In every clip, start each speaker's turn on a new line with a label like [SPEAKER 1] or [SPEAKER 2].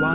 [SPEAKER 1] 話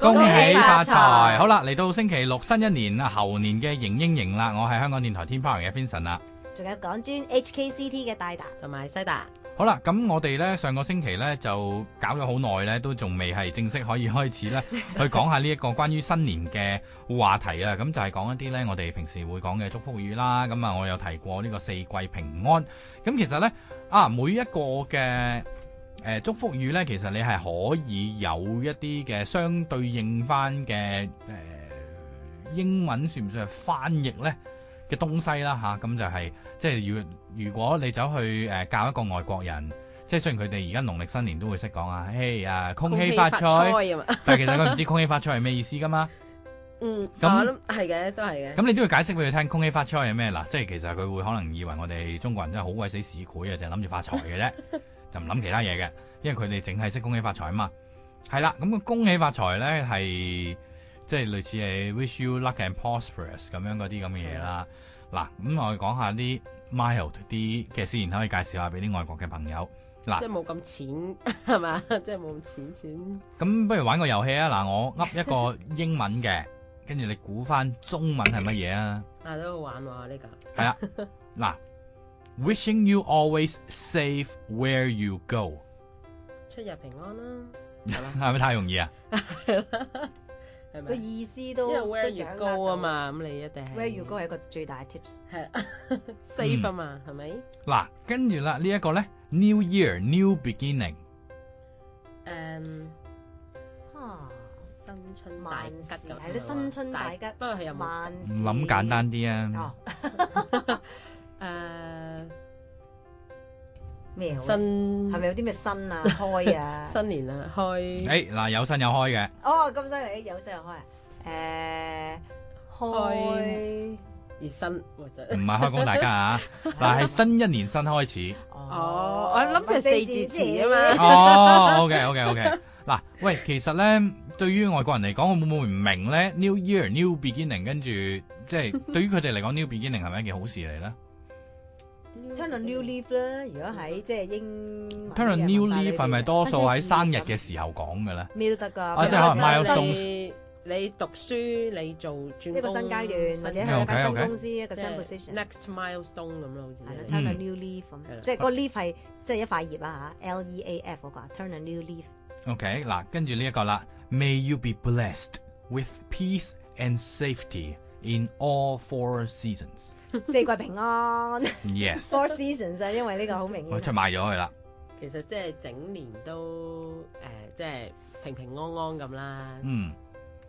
[SPEAKER 2] 恭喜
[SPEAKER 3] 發
[SPEAKER 2] 發
[SPEAKER 3] 財
[SPEAKER 2] 財！好啦，嚟到星期六新一年啊，猴年嘅迎英迎啦，我係香港電台天拋人嘅 Vincent 啊啦。
[SPEAKER 4] 仲有港專 HKCT 嘅大達，
[SPEAKER 3] 同埋西達，
[SPEAKER 2] 好啦，咁我哋呢上個星期呢就搞咗好耐呢，都仲未係正式可以開始呢去講下呢一個關於新年嘅話題啊。咁就係講一啲呢我哋平時會講嘅祝福語啦。咁啊，我有提過呢個四季平安。咁其實呢，啊，每一個嘅誒、呃祝福語呢，其實你係可以有一啲嘅相對應翻嘅誒英文算唔算係翻譯呢嘅東西啦吓，咁、就係即係如如果你走去誒、呃教一個外國人，即係雖然佢哋而家農曆新年都會識講啊，嘿啊，恭喜發財，
[SPEAKER 3] 啊嘛，
[SPEAKER 2] 但係其實佢唔知恭喜發財係咩意思噶嘛。
[SPEAKER 3] 嗯，
[SPEAKER 2] 咁
[SPEAKER 3] 我諗係嘅，都係嘅，
[SPEAKER 2] 咁你都要解釋俾佢聽，恭喜發財係咩嗱？即係其實佢會可能以為我哋中國人真係好鬼死市儈啊，就係諗住發財嘅啫，就唔諗其他嘢嘅，因為佢哋淨係識恭喜發財啊嘛。係啦，咁個恭喜發財咧係即係類似係 wish you luck and prosperous 咁樣嗰啲咁嘅嘢啦。嗱，咁我哋講下啲 mild 啲嘅先，可以介紹下俾啲外國嘅朋友。嗱
[SPEAKER 5] 即係冇咁 淺係嘛？即係冇咁淺淺。
[SPEAKER 2] 咁不如玩個遊戲啊！嗱，我噏一個英文嘅，跟住你估翻中文係乜嘢啊？
[SPEAKER 5] 啊都好玩喎呢個。
[SPEAKER 2] 系啦，嗱，wishing you always safe where you go，
[SPEAKER 5] 出入平安啦，
[SPEAKER 2] 係咪太容易啊？
[SPEAKER 5] 係
[SPEAKER 4] 個
[SPEAKER 5] 咪？
[SPEAKER 4] 意思
[SPEAKER 5] 因
[SPEAKER 4] 都
[SPEAKER 5] 為
[SPEAKER 4] 都
[SPEAKER 5] where
[SPEAKER 4] 掌握
[SPEAKER 5] you
[SPEAKER 4] 到
[SPEAKER 5] go 啊嘛，咁你一定係
[SPEAKER 4] ，where you go 係一個最大嘅 tips。
[SPEAKER 5] 係啦 safe 啊嘛，係咪？
[SPEAKER 2] 嗱，跟住啦，呢一個咧，New Year New Beginning，
[SPEAKER 5] 誒，
[SPEAKER 4] 啊
[SPEAKER 5] 新春大
[SPEAKER 4] 萬
[SPEAKER 5] 吉
[SPEAKER 4] 事
[SPEAKER 5] 咁。
[SPEAKER 4] 係咯，新春大吉，
[SPEAKER 5] 不過佢又冇
[SPEAKER 4] 萬事
[SPEAKER 2] 諗簡單啲啊，
[SPEAKER 4] 哦，
[SPEAKER 5] 誒
[SPEAKER 4] 咩好啊？
[SPEAKER 5] 新
[SPEAKER 4] 係咪有啲咩 新啊、開啊？
[SPEAKER 5] 新年啊開
[SPEAKER 2] 誒哎嗱有新有開嘅，
[SPEAKER 4] 哦，咁犀利，有聲人開啊！誒，開
[SPEAKER 5] 開而新，其實
[SPEAKER 2] 唔係開工大家 啊，嗱係新一年新開始。
[SPEAKER 5] 哦我諗住係四字詞啊嘛
[SPEAKER 2] 哦，OK OK OK，嗱喂，其實咧對於外國人嚟講，我會唔會唔明咧？New Year New Beginning，跟住即 係對於佢哋嚟講，New Beginning 係咪一件好事嚟咧？
[SPEAKER 4] Turn on new leaf 啦，如果喺即係英文嘅
[SPEAKER 2] Turn on new
[SPEAKER 4] 文化裏
[SPEAKER 2] leaf
[SPEAKER 4] 邊
[SPEAKER 2] 係咪多數喺生日
[SPEAKER 4] 新一頁
[SPEAKER 2] 嘅時候講嘅咧？
[SPEAKER 4] 咩都得㗎？
[SPEAKER 2] 啊即係可能
[SPEAKER 4] 譬如
[SPEAKER 2] À, milestone
[SPEAKER 5] 你你讀書你做轉
[SPEAKER 4] 一個新階段，或者係一
[SPEAKER 2] OK，OK
[SPEAKER 4] 間新公司一個
[SPEAKER 5] 即
[SPEAKER 4] 新
[SPEAKER 5] 係
[SPEAKER 4] position。
[SPEAKER 5] next milestone 咁咯，好似
[SPEAKER 4] 係啦
[SPEAKER 5] 係
[SPEAKER 4] ，turn a
[SPEAKER 2] 嗯
[SPEAKER 4] new leaf
[SPEAKER 5] 係
[SPEAKER 4] 咁，
[SPEAKER 5] 啦
[SPEAKER 4] 即係個 leaf 係即係一塊葉啦嚇，L E A F 嗰個 turn a new leaf。
[SPEAKER 2] OK，嗱，跟住呢一個啦，May you be blessed with peace and safety in all four seasons。
[SPEAKER 4] 四季平安
[SPEAKER 2] Yes，
[SPEAKER 4] ，four seasons 啊，因為呢個好明
[SPEAKER 2] 我
[SPEAKER 4] 顯
[SPEAKER 2] 出
[SPEAKER 4] 係。
[SPEAKER 2] 賣咗佢啦。
[SPEAKER 5] 其實即係整年都誒、呃即係平平安安咁啦。
[SPEAKER 2] 嗯，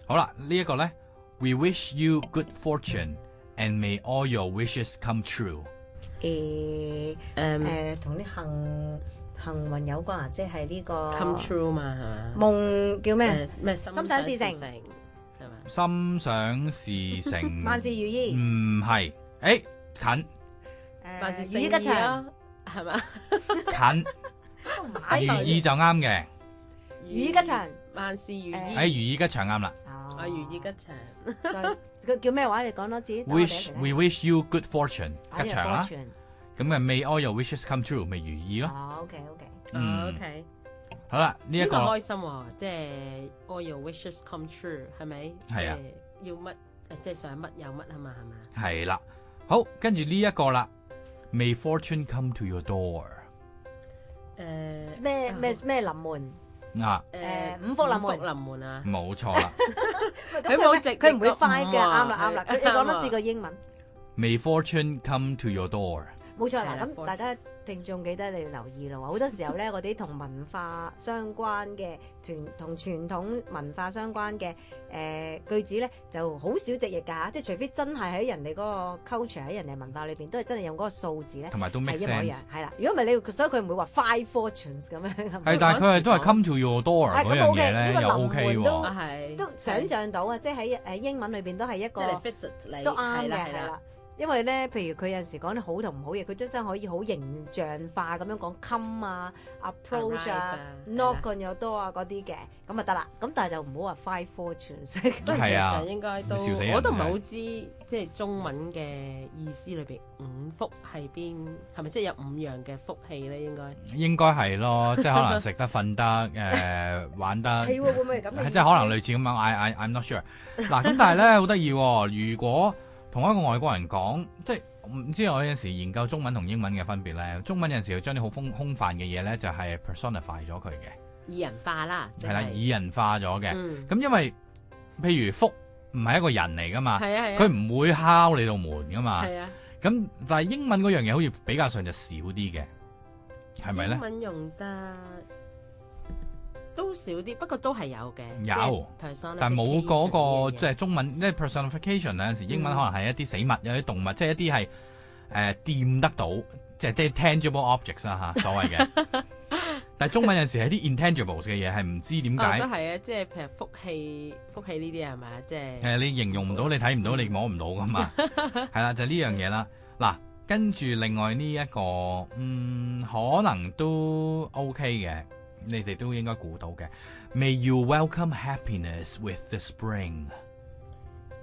[SPEAKER 2] 好啦，呢一個呢 w e wish you good fortune and may all your wishes come true。
[SPEAKER 4] 誒
[SPEAKER 5] 誒
[SPEAKER 4] 誒，同啲幸幸運有關啊，即係呢個
[SPEAKER 5] ，come true Dạ. 嘛係嘛？
[SPEAKER 4] 夢叫咩？
[SPEAKER 5] 誒咩心
[SPEAKER 4] 心想事成
[SPEAKER 5] 係嘛？
[SPEAKER 2] 心想事 成，
[SPEAKER 4] 萬事如意，
[SPEAKER 2] 唔係，誒近
[SPEAKER 5] 萬事
[SPEAKER 4] 誒如
[SPEAKER 5] 勝
[SPEAKER 4] 意
[SPEAKER 5] 意
[SPEAKER 4] 吉祥，
[SPEAKER 5] 啊，係嘛？
[SPEAKER 2] 近，如意就啱嘅，
[SPEAKER 5] 如
[SPEAKER 4] 如意吉，祥。
[SPEAKER 5] 萬事如意。
[SPEAKER 2] 誒如意吉祥啱啦。
[SPEAKER 4] 哦
[SPEAKER 5] 啊，如意吉祥，
[SPEAKER 4] 再佢叫咩話？你講多次。等我哋一
[SPEAKER 2] Wish
[SPEAKER 4] 齊
[SPEAKER 2] we
[SPEAKER 4] 睇
[SPEAKER 2] wish you good fortune
[SPEAKER 4] 啊
[SPEAKER 2] 吉祥啦。
[SPEAKER 4] 呢個 fortune
[SPEAKER 2] 咁啊，May all your wishes come true，咪如意咯。
[SPEAKER 4] 哦，OK OK，
[SPEAKER 5] 啊
[SPEAKER 2] 嗯
[SPEAKER 5] OK，
[SPEAKER 2] 好啦，呢一
[SPEAKER 5] 呢個
[SPEAKER 2] 個
[SPEAKER 5] 開心喎，即係 all your wishes come true 係咪？
[SPEAKER 2] 係啊
[SPEAKER 5] 即係要乜誒即係想乜有乜啊嘛係嘛？
[SPEAKER 2] 係啦，好，跟住呢一個啦，May fortune come to your door 嗯
[SPEAKER 5] 誒
[SPEAKER 4] 咩
[SPEAKER 5] 啊
[SPEAKER 4] 咩咩臨門？
[SPEAKER 2] 啊，
[SPEAKER 4] 誒五福臨門
[SPEAKER 5] 五福臨門啊！
[SPEAKER 2] 冇錯 啦
[SPEAKER 4] 喂咁
[SPEAKER 5] 佢冇
[SPEAKER 4] 佢
[SPEAKER 5] 直
[SPEAKER 4] 唔佢唔會
[SPEAKER 5] 接講
[SPEAKER 4] five 嘅，
[SPEAKER 5] 五啊
[SPEAKER 4] 啱啦啱啦。
[SPEAKER 5] 佢
[SPEAKER 4] 佢你講多次個英文，
[SPEAKER 2] ，May fortune come to your door，
[SPEAKER 4] 冇錯
[SPEAKER 5] 係
[SPEAKER 4] 啦。
[SPEAKER 5] 啦
[SPEAKER 4] 咁
[SPEAKER 5] ，fortune
[SPEAKER 4] 大家聽眾記得你要留意咯喎，好多時候咧，我哋同文化相關嘅傳同傳統文化相關嘅誒、呃句子咧，就好少直譯㗎，即係除非真係喺人哋嗰個 culture 喺人哋文化裏邊，都係真係用嗰個數字咧
[SPEAKER 2] 同埋都
[SPEAKER 4] 係
[SPEAKER 2] make
[SPEAKER 4] 一模一樣
[SPEAKER 2] sense。，
[SPEAKER 4] 係啦。如果唔係你，所以佢唔會話 five fortunes 咁樣㗎嘛
[SPEAKER 2] 係，但係佢係都
[SPEAKER 5] 嗰
[SPEAKER 2] 係
[SPEAKER 5] 時講
[SPEAKER 2] come to your door
[SPEAKER 4] 哎係咁
[SPEAKER 2] 嗰樣嘢
[SPEAKER 4] OK，呢
[SPEAKER 2] 咧，
[SPEAKER 4] 個
[SPEAKER 2] 又
[SPEAKER 4] 臨
[SPEAKER 2] OK
[SPEAKER 4] 門
[SPEAKER 2] 喎
[SPEAKER 4] 都。
[SPEAKER 5] 啊係，
[SPEAKER 4] 都想像到啊，即係喺誒英文裏邊都係一
[SPEAKER 5] 即
[SPEAKER 4] 個。
[SPEAKER 5] 係 visit 你，
[SPEAKER 4] 都啱
[SPEAKER 5] 係啦
[SPEAKER 4] 嘅，
[SPEAKER 5] 係
[SPEAKER 4] 係
[SPEAKER 5] 啦，
[SPEAKER 4] 啦。因為咧，譬如佢有陣時講啲好同唔好嘢，佢真真可以好形象化咁樣講 come 啊、approach 啊
[SPEAKER 5] Arrive 啊、
[SPEAKER 4] knock on your door 啊嗰啲嘅，咁啊得啦。咁但係就唔好話 five fortunes。
[SPEAKER 5] 不過事
[SPEAKER 2] 係
[SPEAKER 5] 實
[SPEAKER 2] 啊
[SPEAKER 5] 上應該都
[SPEAKER 2] 笑死人
[SPEAKER 5] 我都唔係
[SPEAKER 2] 真係
[SPEAKER 5] 好知，即係中文嘅意思裏邊五福係邊，係咪即係有五樣嘅福氣咧？應該
[SPEAKER 2] 應該係咯，即係可能食得、瞓得、誒、玩得，
[SPEAKER 4] 係喎，會唔會係咁嘅意
[SPEAKER 2] 係
[SPEAKER 4] 思？
[SPEAKER 2] 即係可能類似咁樣。I I I'm not sure。嗱咁，但係咧好得意喎。如果同一個外國人講，即係唔知我有陣時研究中文同英文嘅分別咧，中文有陣時要將啲好空空泛嘅嘢咧，就係 personify 咗佢嘅，
[SPEAKER 5] 擬人化啦，即
[SPEAKER 2] 係啦，擬人化咗嘅。
[SPEAKER 5] 嗯，
[SPEAKER 2] 咁因為譬如福唔係一個人嚟噶嘛，
[SPEAKER 5] 係啊係啊，
[SPEAKER 2] 佢唔會敲你道門噶嘛。
[SPEAKER 5] 係啊，
[SPEAKER 2] 咁但係英文嗰樣嘢好似比較上就少啲嘅，係咪咧
[SPEAKER 5] 英？文用得都少啲，不過都係有嘅，
[SPEAKER 2] 有
[SPEAKER 5] 即係 personification
[SPEAKER 2] 但冇嗰、
[SPEAKER 5] 呢樣嘢
[SPEAKER 2] 個
[SPEAKER 5] 嗯
[SPEAKER 2] 即係中文，即係 personification 啊有陣時英文可能係一啲死物，有啲動物，即係一啲係誒掂得到，即係啲 tangible objects 啦嚇，所謂嘅。 但係中文有陣時係啲 intangibles 嘅嘢，係唔知點
[SPEAKER 5] 啊
[SPEAKER 2] 解
[SPEAKER 5] 都係啊，即係譬如福氣福氣呢啲係咪啊？即係
[SPEAKER 2] 誒你形容唔到，你睇唔到，你摸唔到噶 嘛，係啦，就係呢樣嘢啦。嗱，跟住另外呢、一個，嗯，可能都 OK 嘅，你哋都應該估到嘅。May you welcome happiness with the spring.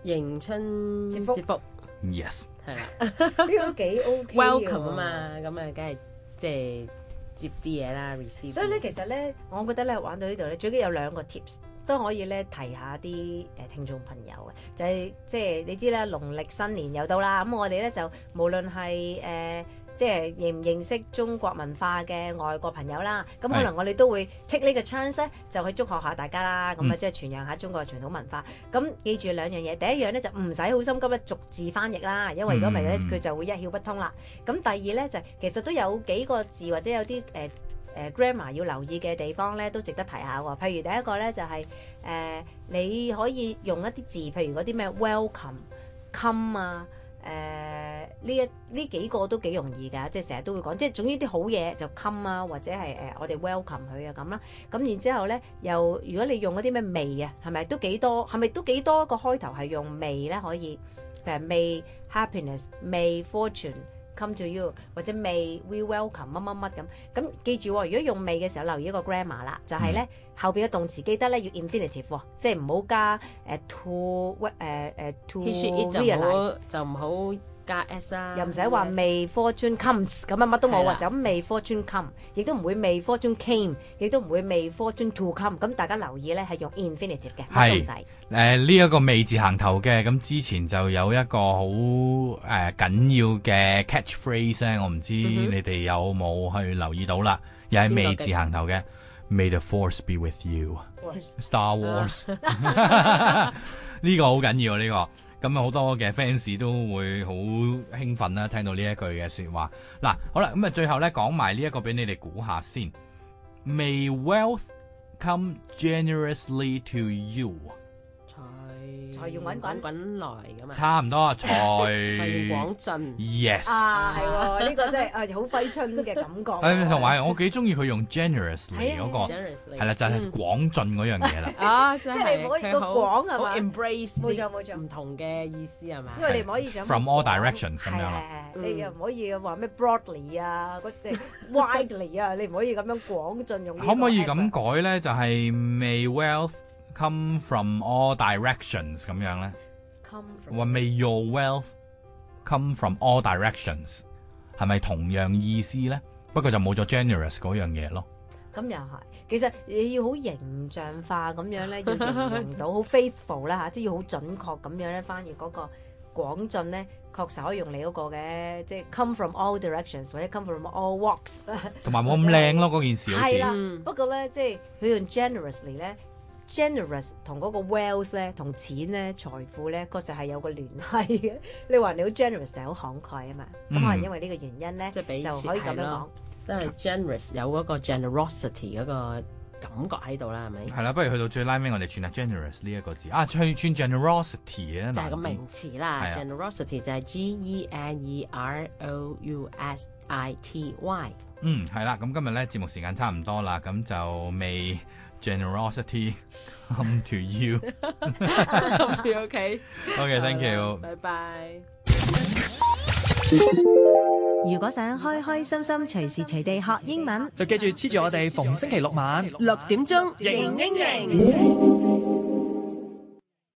[SPEAKER 5] 迎春
[SPEAKER 4] 接福
[SPEAKER 5] 接福
[SPEAKER 2] Yes.
[SPEAKER 5] 係啦。
[SPEAKER 4] 呢個都幾 OK 嘅喎
[SPEAKER 5] welcome 啊嘛，咁啊，梗係即係接啲嘢啦，receive。
[SPEAKER 4] 所以咧，其實咧，我覺得咧，玩到呢度咧，最緊要有兩個 tips 都可以咧提下啲誒聽眾朋友嘅，就係、即係你知啦，農曆新年又到啦，咁我哋咧就無論係誒。呃即係認唔認識中國文化嘅外國朋友啦，咁可能我哋都會 take 呢個 chance 咧，就去祝賀下大家啦，咁啊
[SPEAKER 2] 嗯
[SPEAKER 4] 即係傳揚下中國嘅傳統文化。咁記住兩樣嘢，第一樣咧就唔使好心急咧逐字翻譯啦，因為如果唔係咧
[SPEAKER 2] 嗯
[SPEAKER 4] 佢就會一竅不通啦。咁第二咧就係其實都有幾個字或者有啲誒。呃誒、grammar 要留意嘅地方咧，都值得提下喎。譬如第一個咧就係、誒、你可以用一啲字，譬如嗰啲咩 welcome、come 啊，誒、呃呢一呢幾個都幾容易㗎，即係成日都會講，即係總之啲好嘢就 come 啊，或者係誒、我哋 welcome 佢啊咁啦。咁然之後咧，又如果你用嗰啲咩味啊，係咪都幾多？係咪都幾多個開頭係用味咧？可以譬如 may happiness、may fortune come to you，或者 may we welcome 乜乜乜咁。咁記住喎、如果用未嘅時候留意一個 grammar 啦，就係、
[SPEAKER 5] 嗯
[SPEAKER 4] 咧、後邊嘅動詞記得咧要 infinitive 喎、即係唔好加誒、to 呃誒、誒 to
[SPEAKER 5] he should eat 就
[SPEAKER 4] realize。
[SPEAKER 5] 唔好就唔好加 s 啦，
[SPEAKER 4] 又唔使話未 fortune comes 咁啊，乜都冇
[SPEAKER 5] 係
[SPEAKER 4] 啊，
[SPEAKER 5] 啦
[SPEAKER 4] 就咁未 fortune come，亦都唔會未 fortune came，亦都唔會未 fortune to come。咁大家留意咧，係用 infinitive 嘅，乜都唔使。
[SPEAKER 2] 誒呢一個未字行頭嘅，咁之前就有一個好誒緊要嘅 catchphrase 咧，我唔知
[SPEAKER 5] 嗯哼
[SPEAKER 2] 你哋有冇去留意到啦，又係未字行頭嘅，May the force be with you，Star
[SPEAKER 5] 啊
[SPEAKER 2] Wars 呢個好緊要呢、個，咁好多嘅 fans 都會好興奮啦，聽到呢一句嘅説話。嗱，好啦，咁啊最後咧講埋呢一個俾你哋估下先，May wealth come generously to you。
[SPEAKER 5] 財
[SPEAKER 4] 財源滾滾
[SPEAKER 5] 滾來咁啊，
[SPEAKER 2] 差 唔多
[SPEAKER 5] 財源
[SPEAKER 2] 財
[SPEAKER 5] 廣進
[SPEAKER 2] yes，
[SPEAKER 4] 啊，係喎，呢個真係啊，好揮春嘅感覺
[SPEAKER 2] 誒
[SPEAKER 4] 喎。
[SPEAKER 2] 哎同埋我幾中意佢用
[SPEAKER 4] 啊係
[SPEAKER 2] generously
[SPEAKER 4] 啊
[SPEAKER 2] 嗰個，
[SPEAKER 5] generously
[SPEAKER 2] 係啦就係
[SPEAKER 5] 嗯
[SPEAKER 2] 廣進嗰樣嘢 啦。
[SPEAKER 5] 啊，即
[SPEAKER 4] 即係你唔可以個廣係嘛
[SPEAKER 5] 好 embrace
[SPEAKER 4] 冇錯
[SPEAKER 5] 啲
[SPEAKER 4] 冇錯
[SPEAKER 5] 唔同嘅意思係嘛
[SPEAKER 4] 因？為你唔可以就咁
[SPEAKER 2] From all
[SPEAKER 4] 講
[SPEAKER 2] directions 咁
[SPEAKER 4] 係
[SPEAKER 2] 樣
[SPEAKER 4] 係
[SPEAKER 2] 啦
[SPEAKER 4] 係，
[SPEAKER 5] 嗯
[SPEAKER 4] 你又唔可以話咩 broadly 啊，嗰隻 widely à, 啊，你唔可以咁樣廣進用呢個 effort。
[SPEAKER 2] 可唔可以咁改咧？就係 may wealth come from all directions 咁樣咧，
[SPEAKER 4] come from？
[SPEAKER 2] 或 may your wealth come from all directions 係咪同樣意思咧？不過就冇咗 generous 嗰樣嘢咯。
[SPEAKER 4] 咁又係，其實你要好形象化咁 樣咧，要形容到好 faithful 啦嚇， 即係要好準確咁樣咧翻譯嗰個廣進咧，確實可以用你嗰個嘅，即係 come from all directions 或者 come from all walks。
[SPEAKER 2] 同埋冇咁靚咯，嗰件事好
[SPEAKER 4] 係
[SPEAKER 2] 似
[SPEAKER 4] 啦
[SPEAKER 5] 嗯，
[SPEAKER 4] 不過咧，即係佢用 generously 咧， generous 同嗰個 wealth 咧，同錢咧、財富咧，確實係有個聯繫嘅。 你話你好 generous 就係好慷慨啊嘛，咁
[SPEAKER 2] 嗯
[SPEAKER 4] 可能因為呢個原因咧，
[SPEAKER 5] 即係俾
[SPEAKER 4] 就
[SPEAKER 5] 錢
[SPEAKER 4] 可以咁樣
[SPEAKER 5] 係
[SPEAKER 4] 講
[SPEAKER 5] 咯。都係 generous 有嗰個 generosity 嗰個感覺喺度啦，係咪？
[SPEAKER 2] 係啦，不如去到最拉尾，我哋轉下 generous 呢一個字啊，串串 generosity 啊
[SPEAKER 5] 就係
[SPEAKER 2] 咧，難
[SPEAKER 5] 個
[SPEAKER 2] 啲
[SPEAKER 5] 名詞
[SPEAKER 2] 係
[SPEAKER 5] 啦
[SPEAKER 2] 啊
[SPEAKER 5] ，generosity 就係 G E N E R O U S I T Y。
[SPEAKER 2] 嗯，係啦，咁今日咧節目時間差唔多啦，咁就未 generosity come to you。
[SPEAKER 5] OK，
[SPEAKER 2] OK，thank you。
[SPEAKER 5] 拜拜。
[SPEAKER 4] 如果想開開心心、隨時隨地學英文，
[SPEAKER 6] 就記住黐住我哋逢星期六晚
[SPEAKER 5] 六點鐘，
[SPEAKER 6] 型
[SPEAKER 4] 英型。